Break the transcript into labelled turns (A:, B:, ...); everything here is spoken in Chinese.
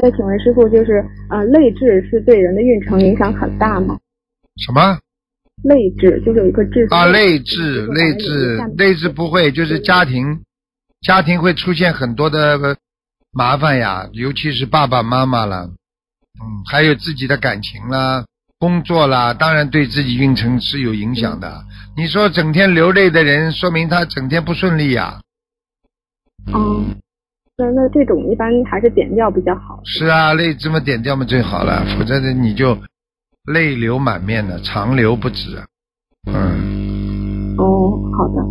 A: 那请问师傅，就是啊、呃泪痣是对人的运程影响很大吗？
B: 什么
A: 泪痣就是有一个痣
B: 啊？内置、内置、内置不会，就是家庭，家庭会出现很多的呃麻烦呀，尤其是爸爸妈妈啦，嗯，还有自己的感情啦、工作啦，当然对自己运程是有影响的。你说整天流泪的人，说明他整天不顺利呀、
A: 哦，那那这种一般还是点掉比较好。
B: 是啊，泪这么点掉嘛最好了，否则的你就啊泪流满面的，长流不止。嗯，
A: 哦，好的。